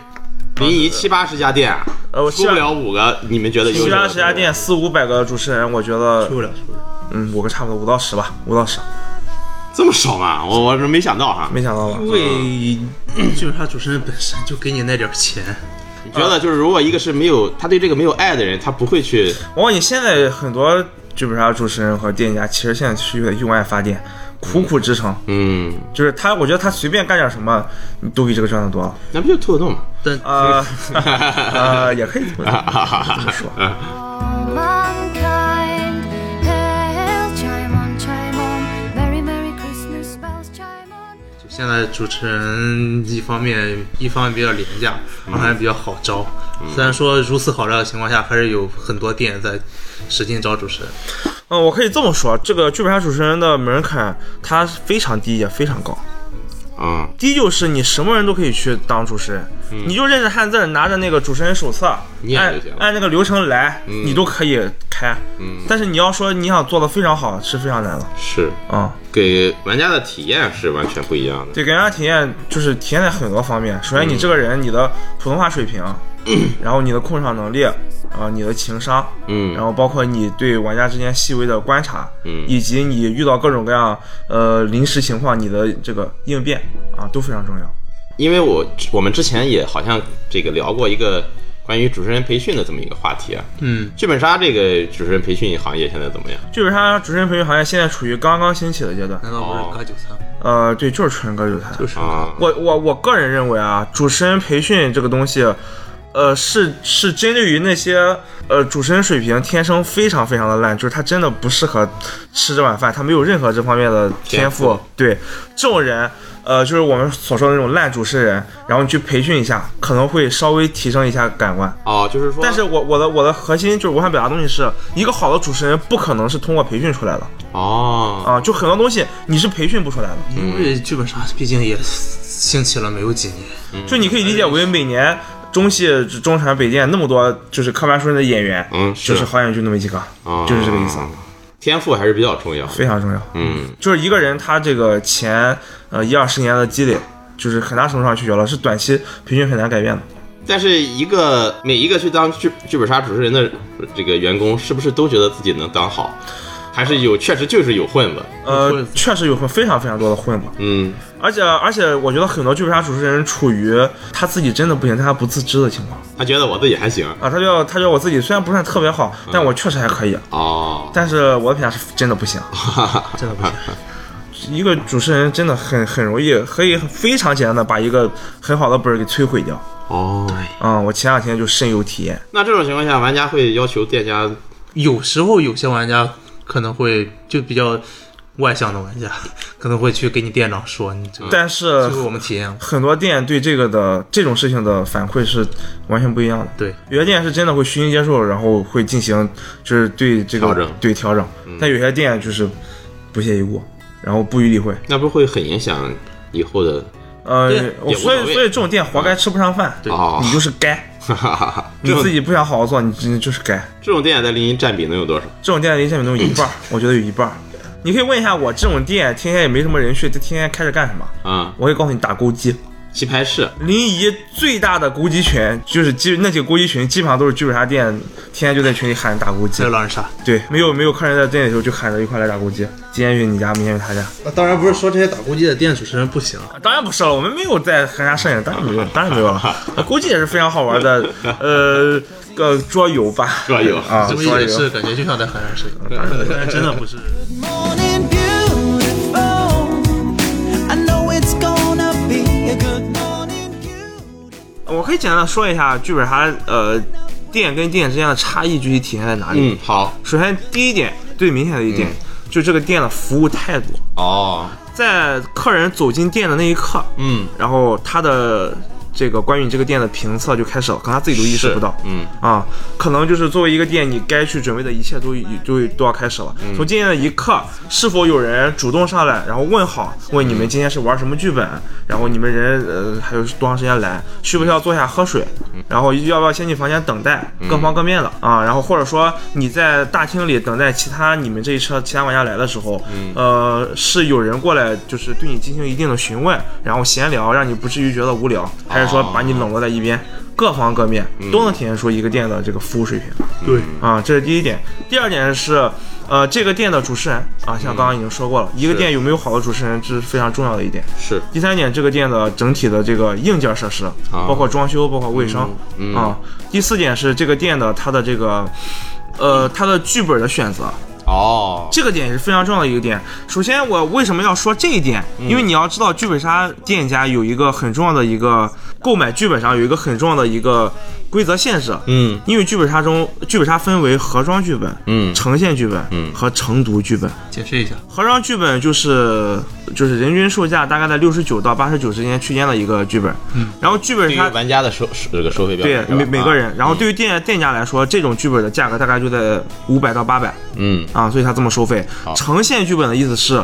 B: 临沂七八十家店啊，
C: 呃，我
B: 出
C: 七
B: 不了五个，你们觉得优秀
C: 七
B: 的
C: 八十家店，四五百个主持人，我觉得
D: 出，不了出不了。
C: 嗯，五个差不多，五到十吧，五到十，
B: 这么少吗？我我是没想到哈。
C: 没想到吧？
D: 因为基本上主持人本身就给你那点儿钱，
B: 你觉
C: 啊
B: 得就是如果一个是没有他对这个没有爱的人，他不会去
C: 我问你，现在很多剧本杀主持人和店家，其实现在是有点用爱发电，苦苦支撑，
B: 嗯，
C: 就是他，我觉得他随便干点什么，都比这个赚的多了。
B: 那不就兔子洞吗？
D: 但
C: 呃呃，也可以这么这么说。
D: 嗯
E: All mankind, hail, chime on, chime on, merry, merry Christmas bells, chime on.
D: 就现在主持人一方面一方面比较廉价，二方面比较好招。虽然说如此好招的情况下，还是有很多店在使劲招主持人。
C: 嗯，我可以这么说，这个剧本杀主持人的门槛它非常低，也非常高。
B: 嗯，
C: 低就是你什么人都可以去当主持人，你就认识汉字儿，拿着那个主持人手册，
B: 念
C: 按
B: 就行了
C: 按那个流程来，你都可以开。
B: 嗯
C: 但是你要说你想做的非常好，是非常难的。
B: 是
C: 啊、
B: 给玩家的体验是完全不一样的。
C: 对，给人家体验就是体验在很多方面。首
B: 嗯
C: 先，你这个人，你的普通话水平，然后你的控场能力，啊、你的情商，
B: 嗯
C: 然后包括你对玩家之间细微的观察，
B: 嗯
C: 以及你遇到各种各样呃临时情况，你的这个应变啊都非常重要。
B: 因为我我们之前也好像这个聊过一个关于主持人培训的这么一个话题啊。
D: 嗯，
B: 剧本杀这个主持人培训行业现在怎么样？
C: 剧本杀主持人培训行业现在处于刚刚兴起的阶段，
D: 难道不是割韭菜？
C: 呃，对，就是纯割韭菜。
D: 哦就是
B: 啊，
C: 我我我个人认为啊，主持人培训这个东西，呃，是是针对于那些呃主持人水平天生非常非常的烂，就是他真的不适合吃这碗饭，他没有任何这方面的天赋。
B: 天赋
C: 对这种人，呃，就是我们所说的那种烂主持人，然后你去培训一下，可能会稍微提升一下感官。
B: 哦，就是说，
C: 但是我我的我的核心就是我想表达的东西是一个好的主持人不可能是通过培训出来的
B: 哦，
C: 啊、就很多东西你是培训不出来的。
D: 因为剧本杀毕竟也兴起了没有几年，
C: 就你可以理解为每年中戏、中传、北电那么多就是科班出身的演员，
B: 嗯
C: 就是是好演员就那么几个，
B: 啊
C: 就是这个意思。
B: 天赋还是比较重要。
C: 非常重要。
B: 嗯，
C: 就是一个人他这个前呃一二十年的积累，就是很大程度上去决了，是短期培训很难改变的。
B: 但是一个每一个去当剧剧本杀主持人的这个员工，是不是都觉得自己能当好？还是有确实就是有混子？
D: 有混
C: 呃
D: 子，
C: 确实有混非常非常多的混子，
B: 嗯，
C: 而且而且我觉得很多剧本杀主持人处于他自己真的不行，但他不自知的情况
B: 他觉得我自己还行
C: 啊，他就他觉得我自己虽然不算特别好，但我确实还可以，
B: 哦，
C: 但是我的评价是真的不行。
B: 哈哈，
D: 真的不行。
C: 一个主持人真的很很容易，可以非常简单的把一个很好的本儿给摧毁掉。
B: 哦，
C: 啊、我前两天就深有体验。
B: 那这种情况下，玩家会要求店家
D: 有时候有些玩家可能会就比较外向的玩家，可能会去给你店长说你这个。
C: 但是
D: 这个我们体验过，
C: 很多店对这个的这种事情的反馈是完全不一样的。
D: 对，
C: 有些店是真的会虚心接受，然后会进行就是对这个
B: 调整
C: 对调整，但有些店就是不屑一顾，然后不予理会。
B: 那不会很影响以后的？
C: 呃
D: 对，
C: 我
B: 也无所
C: 所
B: 谓
C: 以所以这种店活该吃不上饭，
D: 对
B: 哦
C: 你就是 该，
B: 哈哈哈哈，
C: 你
B: 这种
C: 自己不想好好做，你你就是该。
B: 这种店在临沂占比能有多少？
C: 这种店的离线比能有 一半儿，我觉得有一半儿。你可以问一下我，这种店天天也没什么人去，这天天开着干什么？
B: 啊、
C: 我可以告诉你，打钩机。
B: 棋牌室
C: 临沂最大的钩机群就是基那几个钩机群，基本上都是剧本杀店，天天就在群里喊打钩机
D: 这。狼人杀，
C: 对，没有没有客人在店里的时候，就喊着一块来打钩机。今天去你家，明天去他家。
D: 那当然不是说这些打攻击的店主持人不行，
C: 当然不是了，我们没有在衡山摄影，当然没有，当然没有 了。钩机也是非常好玩的，呃，个桌游吧。
B: 桌游
C: 啊，
D: 这么
C: 桌
D: 一解
C: 游
D: 释，感觉就像在海洋市，但真的不是。
F: morning beautiful. I know it's gonna be a good morning beautiful.
C: 我可以简单的说一下剧本杀呃店跟店之间的差异具体体现在哪里。
B: 嗯，好
C: 首先第一点，最明显的一点、就这个店的服务态度，
B: 哦，
C: 在客人走进店的那一刻，
B: 嗯，
C: 然后他的这个关于你这个店的评测就开始了，可能他自己都意识
B: 是
C: 不到。
B: 嗯，
C: 啊，可能就是作为一个店，你该去准备的一切都已都都要开始了。
B: 嗯
C: 从进店的一刻，是否有人主动上来，然后问好，问你们今天是玩什么剧本，然后你们人呃还有多长时间来，需不需要坐下喝水，然后要不要先进房间等待，各方各面的啊。然后或者说你在大厅里等待其他你们这一车其他玩家来的时候，呃，是有人过来就是对你进行一定的询问，然后闲聊，让你不至于觉得无聊，还是说把你冷落在一边。各方各面都能体现出一个店的这个服务水平
D: 对，
C: 啊，这是第一点。第二点是，呃，这个店的主持人啊，像刚刚已经说过了，一个店有没有好的主持人，这是非常重要的一点。
B: 是
C: 第三点，这个店的整体的这个硬件设施，包括装修，包括卫生
B: 啊嗯嗯
C: 啊。第四点是这个店的它的这个。呃，它的剧本的选择，
B: 哦，
C: 这个点也是非常重要的一个点。首先，我为什么要说这一点？
B: 嗯
C: 因为你要知道，剧本杀店家有一个很重要的一个购买剧本上有一个很重要的一个规则限制，
B: 嗯
C: 因为剧本杀中，剧本杀分为盒装剧本、
B: 嗯
C: 呈现剧本、
B: 嗯
C: 和晨读剧本。
D: 解释一下，
C: 盒装剧本就是就是人均售价大概在六十九到八十九之间区间的一个剧本。嗯，然后剧本
B: 对于
C: 杀
B: 玩家的收收这个收费标
C: 对
B: 准，是吧
C: 每每个人，
B: 啊
C: 然后对于店店家来说，这种剧本的价格大概就在五百到八百。
B: 嗯
C: 啊，所以他这么收费
B: 好。
C: 呈现剧本的意思是，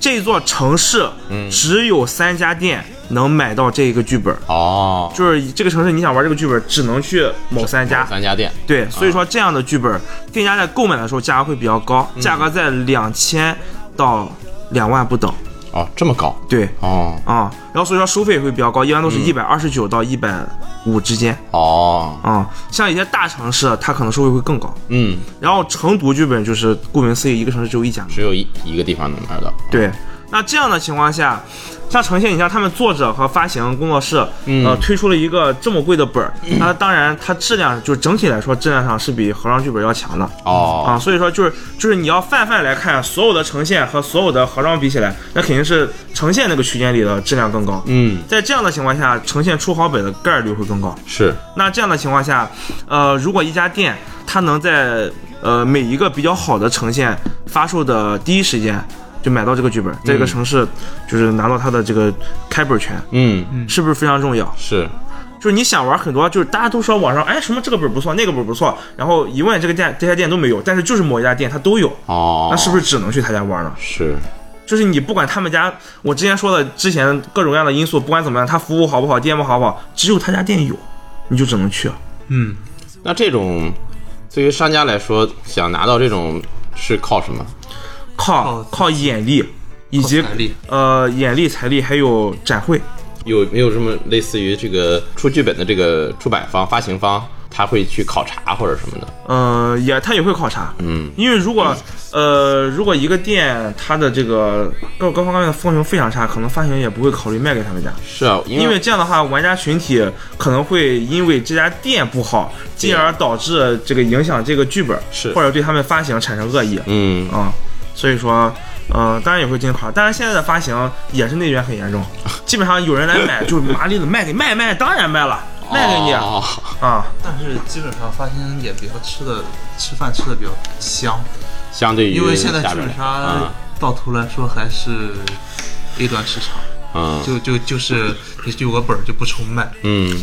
C: 这座城市
B: 嗯
C: 只有三家店能买到这一个剧本，
B: 哦，
C: 就是这个城市你想玩这个剧本，只能去某三家。
B: 三家啊店
C: 对，所以说这样的剧本，店家在购买的时候价格会比较高，
B: 嗯
C: 价格在两千到两万不等。
B: 哦，这么高
C: 对。
B: 哦
C: 啊、然后所以说收费也会比较高，一般
B: 嗯
C: 都是一百二十九到一百五之间
B: 哦，
C: 啊、像一些大城市，它可能收费会更高。
B: 嗯，
C: 然后晨读剧本就是顾名思义，一个城市只有一家嘛。
B: 只有一一个地方能买到，
C: 对，那这样的情况下，像呈现，你像他们作者和发行工作室，
B: 嗯
C: 呃，推出了一个这么贵的本儿，那当然它质量就整体来说质量上是比盒装剧本要强的。啊，
B: 哦，
C: 所以说就是就是你要泛泛来看，所有的呈现和所有的盒装比起来，那肯定是呈现那个区间里的质量更高。
B: 嗯，
C: 在这样的情况下，呈现出好本的概率会更高。
B: 是
C: 那这样的情况下，呃，如果一家店它能在呃每一个比较好的呈现发售的第一时间就买到这个剧本，在这个城市就是拿到它的这个开本权，
B: 嗯
C: 是不是非常重要？
B: 是
C: 就是你想玩很多，啊就是大家都说网上哎什么这个本不错，那个本不错，然后一问这个店这些店都没有，但是就是某一家店它都有。
B: 哦，
C: 那是不是只能去他家玩呢？
B: 是
C: 就是你不管他们家，我之前说的之前各种各样的因素，不管怎么样，他服务好不好，店铺好不好，只有他家店有，你就只能去。
D: 嗯，
B: 那这种对于商家来说，想拿到这种是靠什么？
C: 靠靠眼力，以及
D: 靠财力
C: 呃眼力、财力还有展会。
B: 有没有什么类似于这个出剧本的这个出版方、发行方，他会去考察或者什么的？
C: 呃，也他也会考察，嗯，因为如果呃如果一个店它的这个各各方面的风评非常差，可能发行也不会考虑卖给他们家，
B: 是啊，因为
C: 因为这样的话，玩家群体可能会因为这家店不好，进而导致这个影响这个剧本，
B: 是
C: 或者对他们发行产生恶意，
B: 嗯，
C: 啊、所以说，呃，当然也会进行考察，但是现在的发行也是内卷很严 重，基本上有人来买就麻利的卖给卖卖，当然卖了，卖给你啊、
B: 哦
D: 但是基本上发现也比较吃的吃饭吃的比较香，
B: 相对于
D: 因为现在
B: 下
D: 剧
B: 边啊
D: 本
B: 的
D: 杀到头来说还是 A 端市场，
B: 嗯嗯
D: 就就就是你有个本儿就不愁卖，
B: 嗯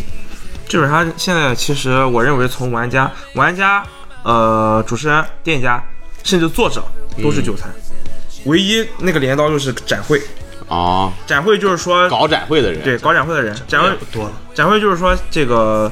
C: 剧本杀现在其实我认为从玩家、玩家、呃主持人、店家，甚至作者都
B: 嗯
C: 是韭菜，唯一那个镰刀就是展会，
B: 哦，
C: 展会就是说
B: 搞展会的人
C: 对搞展会的人，展会
D: 也不多了。
C: 展会就是说这个。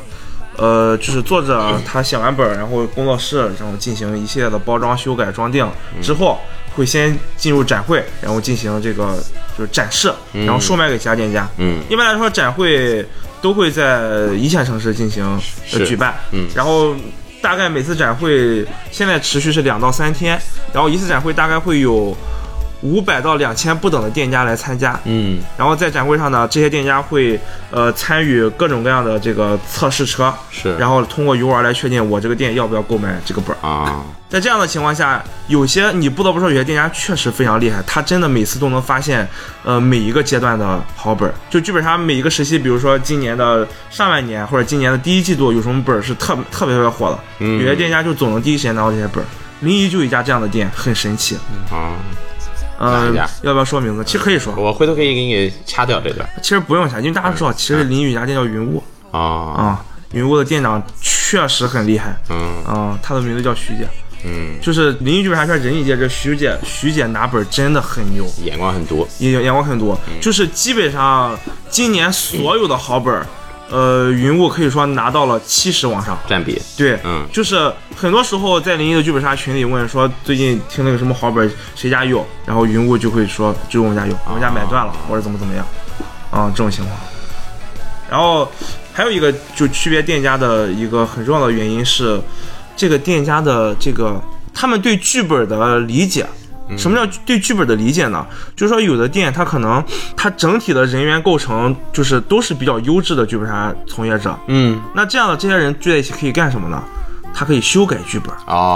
C: 呃，就是作者他写完本儿，然后工作室然后进行一系列的包装、修改、装订之后，会先进入展会，然后进行这个就是展示，然后售卖给其他店家。
B: 嗯
C: 一般来说，展会都会在一线城市进行呃
B: 是
C: 举办，
B: 嗯
C: 然后大概每次展会现在持续是两到三天，然后一次展会大概会有五百到两千不等的店家来参加，
B: 嗯
C: 然后在展会上呢，这些店家会呃参与各种各样的这个测试车，
B: 是，
C: 然后通过游玩来确定我这个店要不要购买这个本儿。
B: 啊
C: 在这样的情况下，有些你不得不说，有些店家确实非常厉害，他真的每次都能发现，呃，每一个阶段的好本儿。就剧本杀每一个时期，比如说今年的上半年或者今年的第一季度，有什么本儿是特特别特别火的，
B: 嗯
C: 有些店家就总能第一时间拿到这些本儿。临沂就有一家这样的店，很神奇。
B: 啊，哪
C: 嗯、
B: 一家
C: 要不要说名字？其实可以说，
B: 我回头可以给你掐掉这段
C: 其实不用想，因为大家知道，其实临沂有一家店叫云雾
B: 哎啊
C: 啊、云雾的店长确实很厉害
B: 嗯
C: 啊、他的名字叫徐姐。
B: 嗯，
C: 就是临沂剧本杀圈人一姐，这徐姐，徐姐拿本儿真的很牛，
B: 眼光很多，
C: 眼眼光很多，
B: 嗯
C: 就是基本上今年所有的好本儿，呃，云雾可以说拿到了七十往上。
B: 占比
C: 对，
B: 嗯
C: 就是很多时候在临沂的剧本杀群里问说最近听那个什么好本儿，谁家有，然后云雾就会说只有我们家有，我们家买断了或者怎么怎么样，啊、这种情况。然后还有一个就区别店家的一个很重要的原因是，这个店家的这个他们对剧本的理解。什么叫对剧本的理解呢？就是说，有的店它可能它整体的人员构成就是都是比较优质的剧本杀从业者，
B: 嗯
C: 那这样的这些人聚在一起可以干什么呢？他可以修改剧本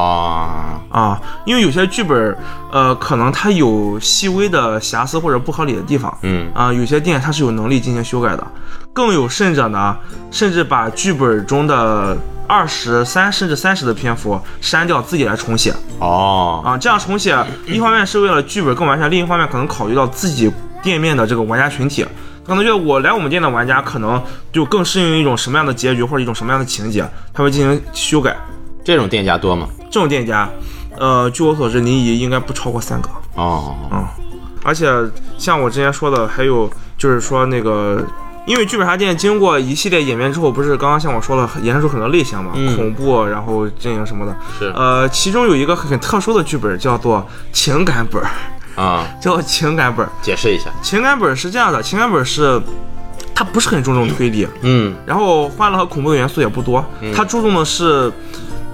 B: 啊
C: 啊，因为有些剧本，呃，可能它有细微的瑕疵或者不合理的地方，
B: 嗯
C: 啊，有些店它是有能力进行修改的。更有甚者呢，甚至把剧本中的二十三甚至三十的篇幅删掉，自己来重写
B: 哦
C: 啊。这样重写，一方面是为了剧本更完善，另一方面可能考虑到自己店面的这个玩家群体。可能觉得我来我们店的玩家，可能就更适应一种什么样的结局或者一种什么样的情节，他会进行修改。
B: 这种店家多吗？
C: 这种店家，呃，据我所知，临沂应该不超过三个。
B: 哦
C: 而且像我之前说的，还有就是说那个，因为剧本杀店经过一系列演变之后，不是刚刚像我说了，衍生出很多类型嘛，
B: 嗯
C: 恐怖，然后阵营什么的。
B: 是
C: 呃，其中有一个很特殊的剧本叫做情感本儿，
B: 啊，
C: 叫情感本儿。
B: 解释一下，
C: 情感本儿是这样的，情感本儿是它不是很注重推理，
B: 嗯
C: 然后欢乐和恐怖的元素也不多，它注重的是，
D: 嗯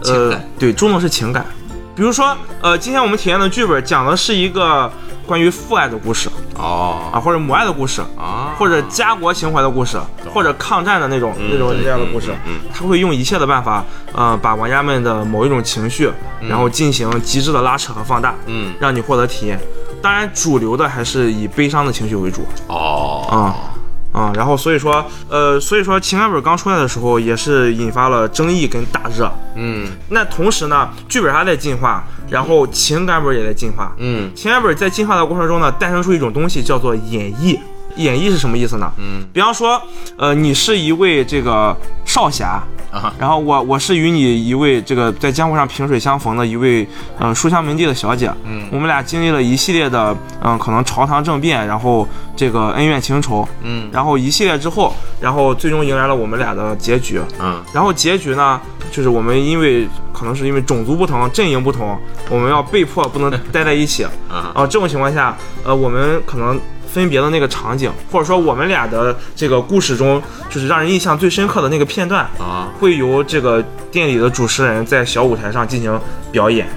D: 情
C: 呃
D: 感，
C: 对，注重的是情感。比如说，呃，今天我们体验的剧本讲的是一个关于父爱的故事
B: 哦
C: 啊，或者母爱的故事，
B: 啊
C: 或者家国情怀的故事，或者抗战的那
B: 嗯
C: 种、那种那样的故事，他会用一切的办法，呃，把玩家们的某一种情绪，然后进行极致的拉扯和放大，
B: 嗯
C: 让你获得体验。当然，主流的还是以悲伤的情绪为主
B: 哦
C: 啊。啊、然后所以说，呃，所以说情感本刚出来的时候，也是引发了争议跟大热。
B: 嗯
C: 那同时呢，剧本杀在进化，然后情感本也在进化。
B: 嗯
C: 情感本在进化的过程中呢，诞生出一种东西叫做演绎。演绎是什么意思呢？嗯，比方说，呃，你是一位这个少侠
B: 啊
C: 然后我我是与你一位这个在江湖上萍水相逢的一位呃书香门第的小姐，嗯，我们俩经历了一系列的嗯、可能朝堂政变，然后这个恩怨情仇，
B: 嗯
C: 然后一系列之后，然后最终迎来了我们俩的结局，
B: 嗯
C: 然后结局呢，就是我们因为可能是因为种族不同、阵营不同，我们要被迫不能待在一起。
B: 啊
C: 啊，这种情况下，呃，我们可能分别的那个场景，或者说我们俩的这个故事中，就是让人印象最深刻的那个片段，
B: 啊
C: 会由这个店里的主持人在小舞台上进行表演，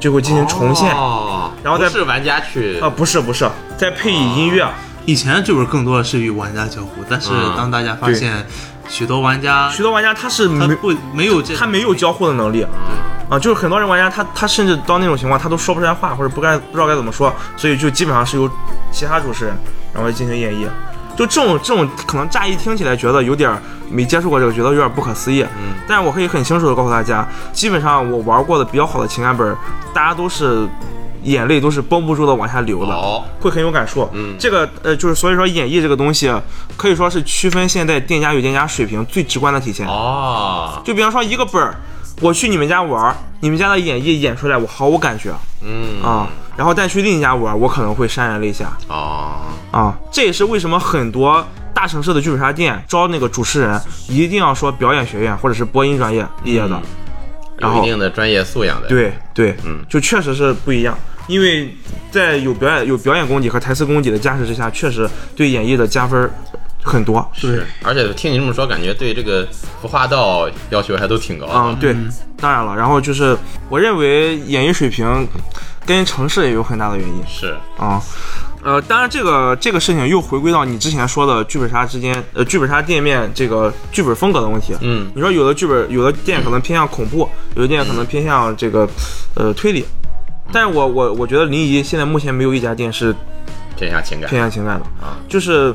C: 就会进行重现。啊、
B: 哦，
C: 然后再哦
B: 不是玩家去
C: 不是不是，再配以音乐，啊
D: 以前剧本更多的是与玩家交互，但是
B: 嗯
D: 当大家发现许多玩家
C: 许多玩家他是
D: 他
C: 没
D: 不没有这
C: 他没有交互的能力。啊，就是很多人玩家他他甚至到那种情况，他都说不出来话，或者不该不知道该怎么说，所以就基本上是由其他主持人然后进行演绎。就这种这种可能乍一听起来觉得有点儿没接触过这个，觉得有点不可思议。
B: 嗯，
C: 但是我可以很清楚的告诉大家，基本上我玩过的比较好的情感本儿，大家都是眼泪都是绷不住的往下流的。
B: 哦
C: 会很有感触。
B: 嗯
C: 这个呃，就是所以说演绎这个东西，可以说是区分现在店家与店家水平最直观的体现。
B: 哦，
C: 就比方说一个本儿，我去你们家玩儿，你们家的演绎演出来，我毫无感觉
B: 嗯
C: 啊。然后但去另一家玩儿，我可能会潸然泪下
B: 哦，
C: 啊。这也是为什么很多大城市的剧本杀店招那个主持人，一定要说表演学院或者是播音专业毕业的。
B: 嗯
C: 然
B: 有
C: 后
B: 一定的专业素养的，，
C: 对对，
B: 嗯
C: 就确实是不一样。因为在有表演有表演功底和台词功底的加持之下，确实对演绎的加分儿很多。
D: 对，
B: 而且听你这么说，感觉对这个服化道要求还都挺高的。
C: 嗯，对，当然了，然后就是我认为演绎水平跟城市也有很大的原因
B: 是，
C: 啊、呃，当然这个这个事情又回归到你之前说的剧本杀之间，呃，剧本杀店面这个剧本风格的问题。
B: 嗯
C: 你说有的剧本，有的店可能偏向恐怖，有的店可能偏向这个，呃，推理。但是我我我觉得临沂现在目前没有一家店是
B: 偏向情感
C: 偏向情感的，
B: 啊，
C: 就是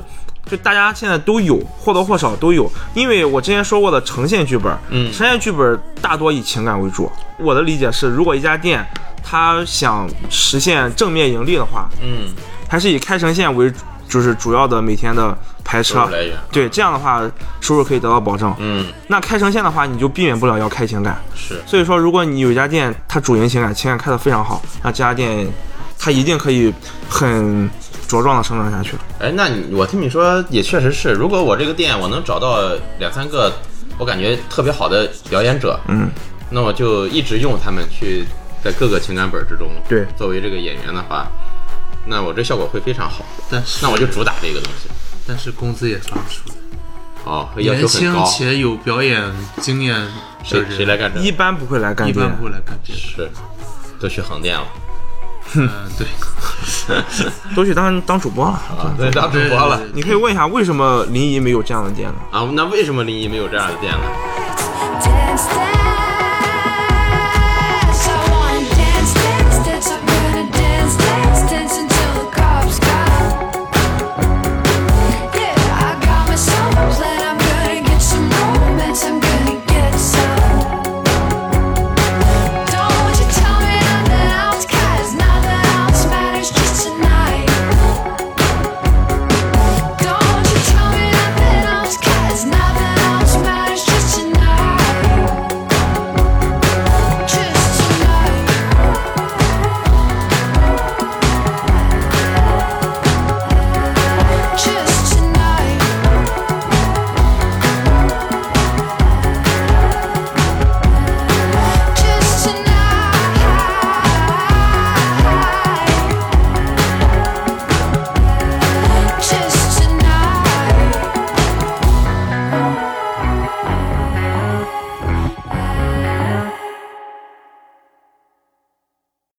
C: 就大家现在都有，或多或少都有。因为我之前说过的呈现剧本，
B: 嗯
C: 呈现剧本大多以情感为主。我的理解是，如果一家店它想实现正面盈利的话，
B: 嗯，
C: 还是以开城线为就是主要的每天的排
B: 收
C: 车
B: 入。来源，
C: 对，这样的话收入可以得到保证。
B: 嗯
C: 那开城线的话，你就避免不了要开情感。
B: 是，
C: 所以说，如果你有一家店，它主营情感，情感开得非常好，那这家店它一定可以很茁壮的生长下去。
B: 哎，那你我听你说也确实是，如果我这个店我能找到两三个我感觉特别好的表演者，
C: 嗯，
B: 那我就一直用他们去在各个情感本之中，
C: 对
B: 作为这个演员的话，那我这效果会非常好，
D: 但是
B: 那我就主打这个东西，
D: 但是工资也发不出来，
B: 哦，会要
D: 年
B: 求很
D: 轻
B: 高，
D: 且有表演经验的
B: 谁
D: 人
B: 谁来干这个？
C: 一般不会来干
D: 一
C: 店
D: 般不会来干这个。
B: 是，都去横店了，
D: 嗯、对，
C: 都去当当主播了。
B: 啊，对，当主播了
D: 对对对
C: 你可以问一下，为什么临沂没有这样的店呢？
B: 啊，那为什么临沂没有这样的店呢？
E: Dance, dance.